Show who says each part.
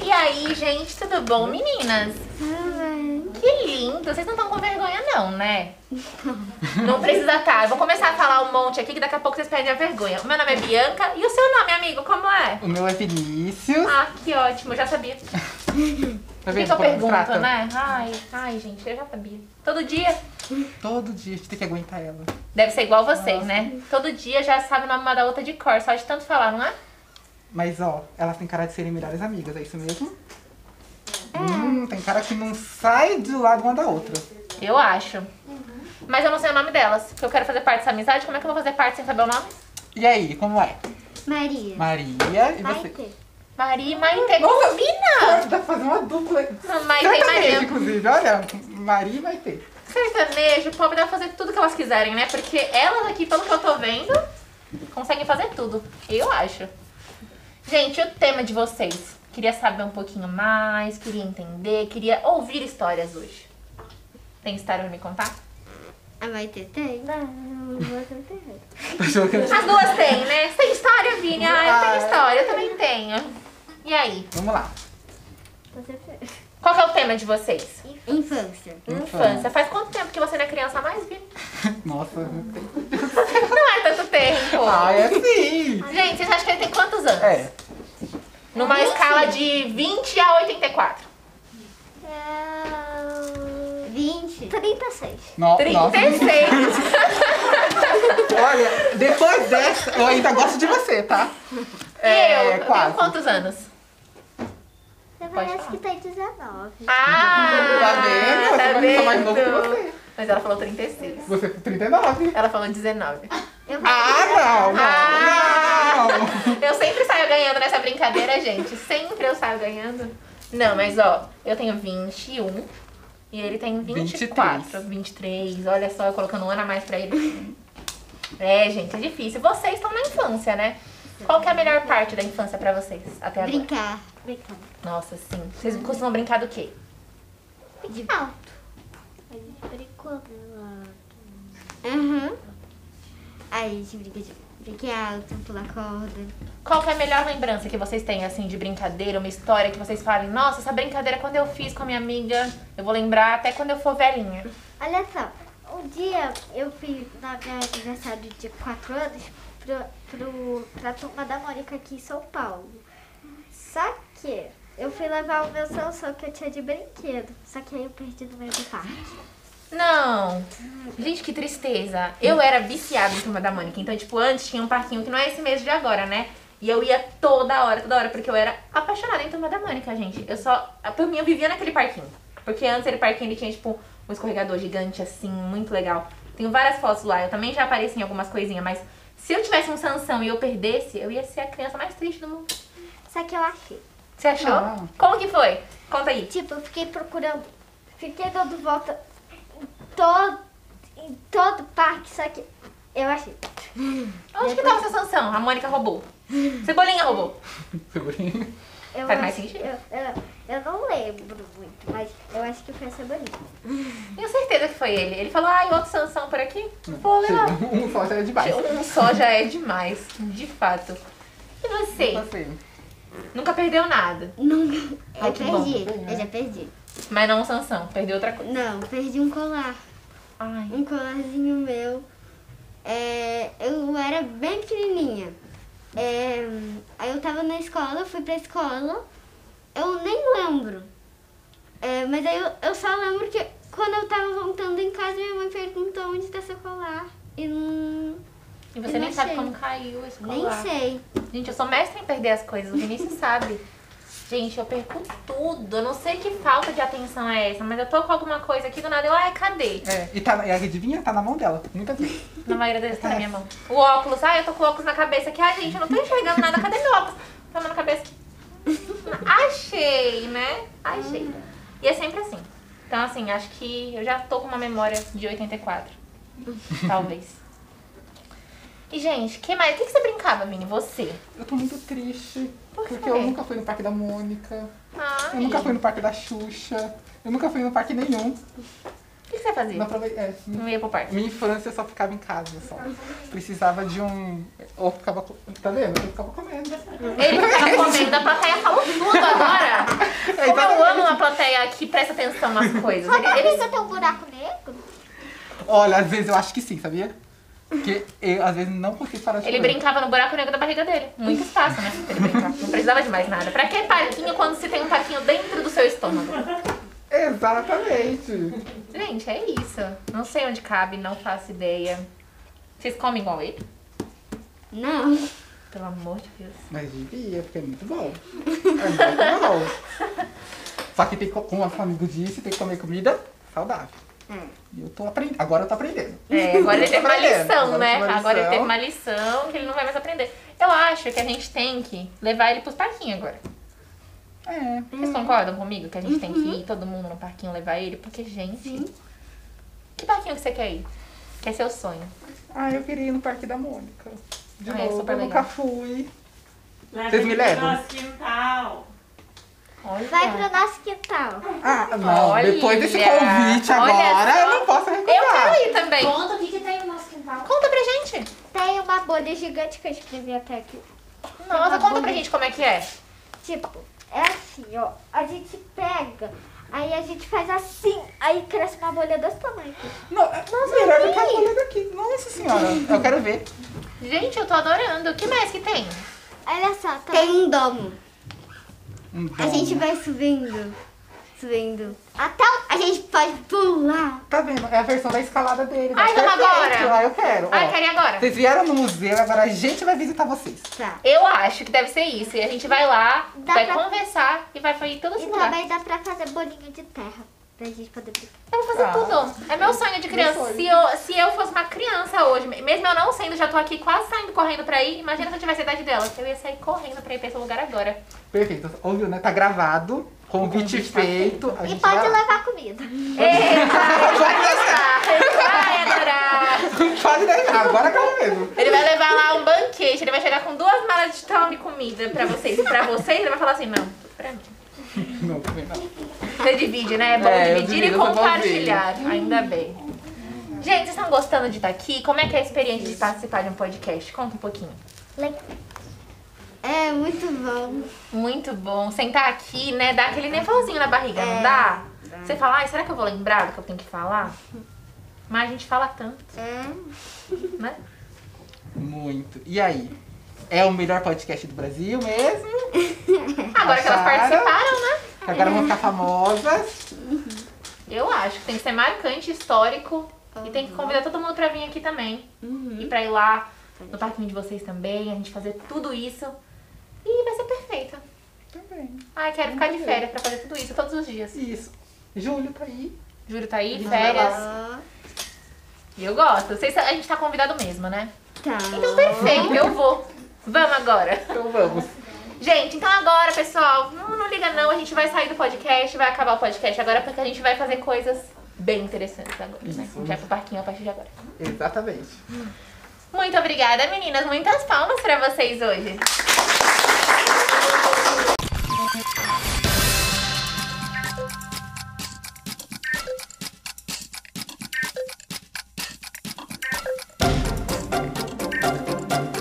Speaker 1: E aí, gente, tudo bom, meninas? Que lindo! Vocês não estão com vergonha, não, né? Não precisa tá. Eu vou começar a falar um monte aqui que daqui a pouco vocês perdem a vergonha. O meu nome é Bianca e o seu nome, amigo, como é?
Speaker 2: O meu é Vinícius.
Speaker 1: Ah, que ótimo, eu já sabia. Por
Speaker 2: Tá
Speaker 1: que,
Speaker 2: vendo
Speaker 1: que eu
Speaker 2: como
Speaker 1: pergunto,
Speaker 2: trata?
Speaker 1: né? Ai, ai, gente, eu já sabia. Todo dia
Speaker 2: Todo dia a gente tem que aguentar ela.
Speaker 1: deve ser igual vocês, né? Todo dia já sabe o nome uma da outra de cor, só de tanto falar, não é?
Speaker 2: Mas ó, elas têm cara de serem melhores amigas, é isso mesmo? Hum, tem cara que não sai de um lado uma da outra.
Speaker 1: Eu acho. Mas eu não sei o nome delas, porque eu quero fazer parte dessa amizade. Como é que eu vou fazer parte sem saber o nome?
Speaker 2: E aí, como é?
Speaker 3: Maria.
Speaker 2: Maria e
Speaker 3: Vai
Speaker 2: você.
Speaker 3: ter.
Speaker 1: Maria e Maite.
Speaker 2: Nossa,
Speaker 1: Combina!
Speaker 2: Dá pra fazer uma dupla.
Speaker 1: Maite e
Speaker 2: Sertanejo,
Speaker 1: Maria.
Speaker 2: inclusive, olha, Maria e vai ter.
Speaker 1: Sertanejo, pobre dá pra fazer tudo que elas quiserem, né? Porque elas aqui, pelo que eu tô vendo, conseguem fazer tudo. Eu acho. Gente, o tema de vocês. Queria saber um pouquinho mais, queria entender, queria ouvir histórias hoje. Tem história pra me contar?
Speaker 3: Ah, Vai ter, tem? Não, você tem.
Speaker 2: Tá
Speaker 1: As duas têm, né? Você tem história, Vini? Ah, eu
Speaker 2: Ah,
Speaker 1: tenho
Speaker 2: é.
Speaker 1: história, eu também tenho. E aí?
Speaker 2: Vamos lá.
Speaker 3: Você fez.
Speaker 1: Qual que é o tema de vocês?
Speaker 3: Infância.
Speaker 1: Infância. Faz quanto tempo que você não é criança mais, Vini?
Speaker 2: Nossa, não tem.
Speaker 1: Não é tanto tempo.
Speaker 2: Ah, é sim!
Speaker 1: Gente, vocês acham que ele tem quantos anos?
Speaker 2: É,
Speaker 1: Numa escala de 20 a 84.
Speaker 3: 20. 36.
Speaker 2: no, nossa.
Speaker 1: 36.
Speaker 2: Olha, depois dessa, eu ainda gosto de você, tá?
Speaker 1: eu? Eu tenho
Speaker 2: É, quase.
Speaker 1: quantos anos?
Speaker 3: Você
Speaker 1: parece
Speaker 3: parece
Speaker 1: que
Speaker 3: que tá tem 19.
Speaker 1: Ah!
Speaker 2: Tá vendo? Eu também sou mais novo que você.
Speaker 1: Mas ela falou 36.
Speaker 2: Você é 39.
Speaker 1: Ela falou 19.
Speaker 3: Eu
Speaker 2: Ah, não, não, não.
Speaker 1: Eu sempre saio ganhando nessa brincadeira, gente. Sempre eu saio ganhando. Não, mas ó, eu tenho 21 e ele tem 24. 23.
Speaker 2: 23.
Speaker 1: Olha só, eu colocando um ano a mais pra ele. É, gente, é difícil. Vocês estão na infância, né? Qual que é a melhor parte da infância pra vocês
Speaker 2: é
Speaker 1: até agora?
Speaker 3: Brincar. Brincar.
Speaker 1: Nossa, sim. Vocês costumam brincar do quê?
Speaker 3: De alto. Brincou Aham. Aí a gente brinca de brinque alto, pula corda.
Speaker 1: Qual que é a melhor lembrança que vocês têm, assim, de brincadeira, uma história que vocês falem, nossa, essa brincadeira quando eu fiz com a minha amiga, eu vou lembrar até quando eu for velhinha.
Speaker 3: Olha só, um dia eu fui na minha aniversário de 4 anos pro, pro, pra turma da Mônica aqui em São Paulo. Só que eu fui levar o meu Samsung que eu tinha de brinquedo. Só que aí eu perdi no meio do parque.
Speaker 1: Não! Gente, que tristeza. Eu era viciada em Turma da Mônica. Então, tipo, antes tinha um parquinho que não é esse mesmo de agora, né? E eu ia toda hora, toda hora, porque eu era apaixonada em Turma da Mônica, gente. Eu só... Por mim, eu vivia naquele parquinho. Porque antes, aquele parquinho, ele tinha, tipo, um escorregador gigante, assim, muito legal. Tenho várias fotos lá. Eu também já apareci em algumas coisinhas, mas... Se eu tivesse um Sansão e eu perdesse, eu ia ser a criança mais triste do mundo.
Speaker 3: Só que eu achei.
Speaker 1: Você achou?
Speaker 2: Ah.
Speaker 1: Como que foi? Conta aí.
Speaker 3: Tipo, eu fiquei procurando, fiquei dando volta em todo, em todo parque, só que eu achei.
Speaker 1: Onde que tava seu Sansão? A Mônica roubou. Cebolinha roubou.
Speaker 2: Segurinho.
Speaker 3: Eu
Speaker 1: Faz mais
Speaker 3: acho-
Speaker 1: sentido.
Speaker 3: Eu, eu, eu não lembro muito, mas eu acho que foi essa bonita.
Speaker 1: Tenho certeza que foi ele. Ele falou, ai, outro Sansão por aqui? Vou levar.
Speaker 2: Chega, Um só já é demais.
Speaker 1: Um só já é demais, de fato. E você?
Speaker 2: Você.
Speaker 1: Nunca perdeu nada, Ai,
Speaker 3: eu
Speaker 1: que bom.
Speaker 3: perdi,
Speaker 4: né?
Speaker 3: eu já perdi.
Speaker 1: mas não um Sansão. Perdeu outra coisa.
Speaker 3: Não, perdi um colar.
Speaker 1: Ai,
Speaker 3: Um colarzinho meu. É, eu era bem pequenininha. É, aí eu tava na escola, eu fui pra escola. Eu nem lembro. É, mas aí eu, eu só lembro que quando eu tava voltando em casa, minha mãe perguntou onde tá seu colar. E não.
Speaker 1: e você
Speaker 3: eu
Speaker 1: nem
Speaker 3: não
Speaker 1: sabe
Speaker 3: sei.
Speaker 1: como caiu esse
Speaker 3: Nem
Speaker 1: colar.
Speaker 3: sei.
Speaker 1: Gente, eu sou mestre em perder as coisas, o Vinícius sabe. Gente, eu perco tudo. Eu não sei que falta de atenção é essa, mas eu tô com alguma coisa aqui do nada. Eu, ai, cadê?
Speaker 2: É, e tá, e adivinha? Tá na mão dela. Muitas vezes.
Speaker 1: Na maioria das vezes tá na minha mão. O óculos, ah, eu tô com o óculos na cabeça aqui. Ah, gente, eu não tô enxergando nada. Cadê meu óculos? Toma na cabeça aqui. Achei, né? Achei. E é sempre assim. Então, assim, acho que eu já tô com uma memória de 84. Talvez. E, gente, que mais? O que, que você brincava, Vini? Você?
Speaker 2: Eu tô muito triste.
Speaker 1: Por
Speaker 2: porque
Speaker 1: quê?
Speaker 2: eu nunca fui no Parque da Mônica.
Speaker 1: Ah,
Speaker 2: Eu nunca fui no parque da Xuxa. Eu nunca fui no parque nenhum.
Speaker 1: O que que você fazia?
Speaker 2: Não aprovei- é,
Speaker 1: Não ia pro parque.
Speaker 2: minha infância eu só ficava em casa, só. Precisava de um... Ou ficava... co- Tá vendo? Eu ficava comendo.
Speaker 1: Ele tá comendo, a plateia falou tudo agora. Como eu amo uma plateia que presta atenção nas coisas. Ele-
Speaker 4: Rodrigo,
Speaker 1: Eles,
Speaker 4: você tem um buraco negro?
Speaker 2: Olha, às vezes eu acho que sim, sabia? Porque eu, às vezes, não consigo parar de
Speaker 1: ele
Speaker 2: comer.
Speaker 1: brincava no buraco negro da barriga dele. Muito espaço, né? pra Ele brincar. Não precisava de mais nada. Pra que parquinho quando se tem um parquinho dentro do seu estômago?
Speaker 2: Exatamente.
Speaker 1: Gente, é isso. Não sei onde cabe, não faço ideia. Vocês comem igual ele?
Speaker 3: Não.
Speaker 1: Pelo amor de Deus.
Speaker 2: Mas devia, porque é muito bom. É muito bom. Só que tem que, co- como o amigo disse, tem que comer comida saudável. E eu tô aprendendo. Agora eu tô aprendendo.
Speaker 1: Hum. É, agora ele
Speaker 2: Eu
Speaker 1: teve
Speaker 2: tô
Speaker 1: uma
Speaker 2: aprendendo.
Speaker 1: lição,
Speaker 2: Agora
Speaker 1: né?
Speaker 2: eu tive uma
Speaker 1: Agora ele
Speaker 2: lição.
Speaker 1: teve uma lição que ele não vai mais aprender. Eu acho que a gente tem que levar ele pros parquinhos agora.
Speaker 2: É.
Speaker 1: Vocês concordam comigo que a gente tem que ir todo mundo no parquinho levar ele? Porque, gente, que parquinho que você quer ir? Que é seu sonho.
Speaker 2: Ah, eu queria ir no Parque da Mônica. De
Speaker 1: Ah, é
Speaker 2: novo,
Speaker 1: super
Speaker 2: eu
Speaker 1: legal.
Speaker 2: nunca fui.
Speaker 5: Lá
Speaker 2: Vocês
Speaker 5: tem
Speaker 2: me levam?
Speaker 5: Nosso quintal.
Speaker 1: Olha.
Speaker 4: Vai pro nosso quintal.
Speaker 2: Ah, não.
Speaker 1: Olha,
Speaker 2: depois desse convite
Speaker 1: olha
Speaker 2: agora,
Speaker 1: só.
Speaker 2: eu não posso
Speaker 1: Eu
Speaker 2: recusar.
Speaker 1: quero ir também.
Speaker 4: Conta o que, que tem no nosso quintal.
Speaker 1: Conta pra gente.
Speaker 4: Tem uma bolha gigante que eu escrevi até aqui.
Speaker 1: Nossa, conta pra
Speaker 4: bonito.
Speaker 1: gente como é que é.
Speaker 4: Tipo, é assim, ó. A gente pega, aí a gente faz assim, aí cresce uma bolha desse tamanho. aqui.
Speaker 2: Não, é, melhor ficar olhando aqui. Nossa senhora, eu quero ver.
Speaker 1: Gente, eu tô adorando. O que mais que tem?
Speaker 4: Olha só, tá.
Speaker 3: Tem um domo.
Speaker 2: Então,
Speaker 3: A gente vai subindo. Subindo.
Speaker 4: Até o
Speaker 3: A gente pode pular.
Speaker 2: Tá vendo? É a versão da escalada dele.
Speaker 1: Ai,
Speaker 2: tá
Speaker 1: vamos
Speaker 2: perfeito.
Speaker 1: agora.
Speaker 2: Ah, eu quero.
Speaker 1: Ah,
Speaker 2: ó.
Speaker 1: eu quero ir agora.
Speaker 2: Vocês vieram no museu, agora a gente vai visitar vocês.
Speaker 3: Tá.
Speaker 1: Eu acho que deve ser isso. E a gente vai lá,
Speaker 4: Dá
Speaker 1: vai
Speaker 4: pra-
Speaker 1: conversar e vai pra ir todo esse
Speaker 4: E
Speaker 1: lugar.
Speaker 4: também dá pra fazer bolinha de terra. Pra gente poder brincar.
Speaker 1: Eu vou fazer
Speaker 2: Ah.
Speaker 1: tudo. É meu sonho de criança. Se, eu, se eu fosse uma criança hoje, mesmo eu não sendo, já tô aqui quase saindo correndo pra ir. Imagina se eu tivesse a idade dela. Eu ia sair correndo pra ir pra esse lugar agora.
Speaker 2: Perfeito. Ouviu, né? Tá gravado. Convite,
Speaker 1: convite tá
Speaker 2: feito. A
Speaker 4: E
Speaker 2: gente
Speaker 4: pode
Speaker 2: vai lá.
Speaker 4: levar comida.
Speaker 1: Eita,
Speaker 2: Vai dançar.
Speaker 1: ele vai adorar.
Speaker 2: Pode dançar. Agora acabou mesmo.
Speaker 1: Ele vai levar lá um banquete. Ele vai chegar com duas malas de tal de comida pra vocês. E pra vocês, ele vai falar assim: não, tudo pra mim.
Speaker 2: Não, também não.
Speaker 1: Você divide, né? É bom
Speaker 2: É, eu
Speaker 1: dividir
Speaker 2: divido,
Speaker 1: e
Speaker 2: eu sou
Speaker 1: compartilhar. Ainda bem. Gente, vocês estão gostando de estar aqui? Como é que é a experiência de participar de um podcast? Conta um pouquinho.
Speaker 4: Legal.
Speaker 3: É muito bom.
Speaker 1: Muito bom. Sentar aqui, né? Dá aquele nervosinho na barriga, não dá? Você fala, ai, será que eu vou lembrar do que eu tenho que falar? Mas a gente fala tanto,
Speaker 3: É.
Speaker 1: né?
Speaker 2: Muito. E aí? É o melhor podcast do Brasil mesmo?
Speaker 1: Agora que elas
Speaker 2: Acharam?
Speaker 1: participaram, né?
Speaker 2: Que agora vão ficar famosas.
Speaker 1: Eu acho que tem que ser marcante, histórico. E tem que convidar todo mundo pra vir aqui também. E pra ir lá no parquinho de vocês também, a gente fazer tudo isso. E vai ser perfeito.
Speaker 2: Também.
Speaker 1: Ai, quero ficar de férias pra fazer tudo isso todos os dias.
Speaker 2: Isso. Júlio tá aí.
Speaker 1: Júlio tá aí,
Speaker 3: Uhum.
Speaker 2: Vamos
Speaker 1: férias.
Speaker 2: lá.
Speaker 1: E eu gosto. Vocês, a gente tá convidado mesmo, né?
Speaker 3: Tá.
Speaker 1: Então, perfeito, eu vou. Vamos agora.
Speaker 2: Então vamos.
Speaker 1: Gente, então agora, pessoal, não, não liga não, a gente vai sair do podcast, vai acabar o podcast agora, porque a gente vai fazer coisas bem interessantes agora, né? A gente vai pro parquinho a partir de agora.
Speaker 2: Exatamente.
Speaker 1: Muito obrigada, meninas. Muitas palmas pra vocês hoje.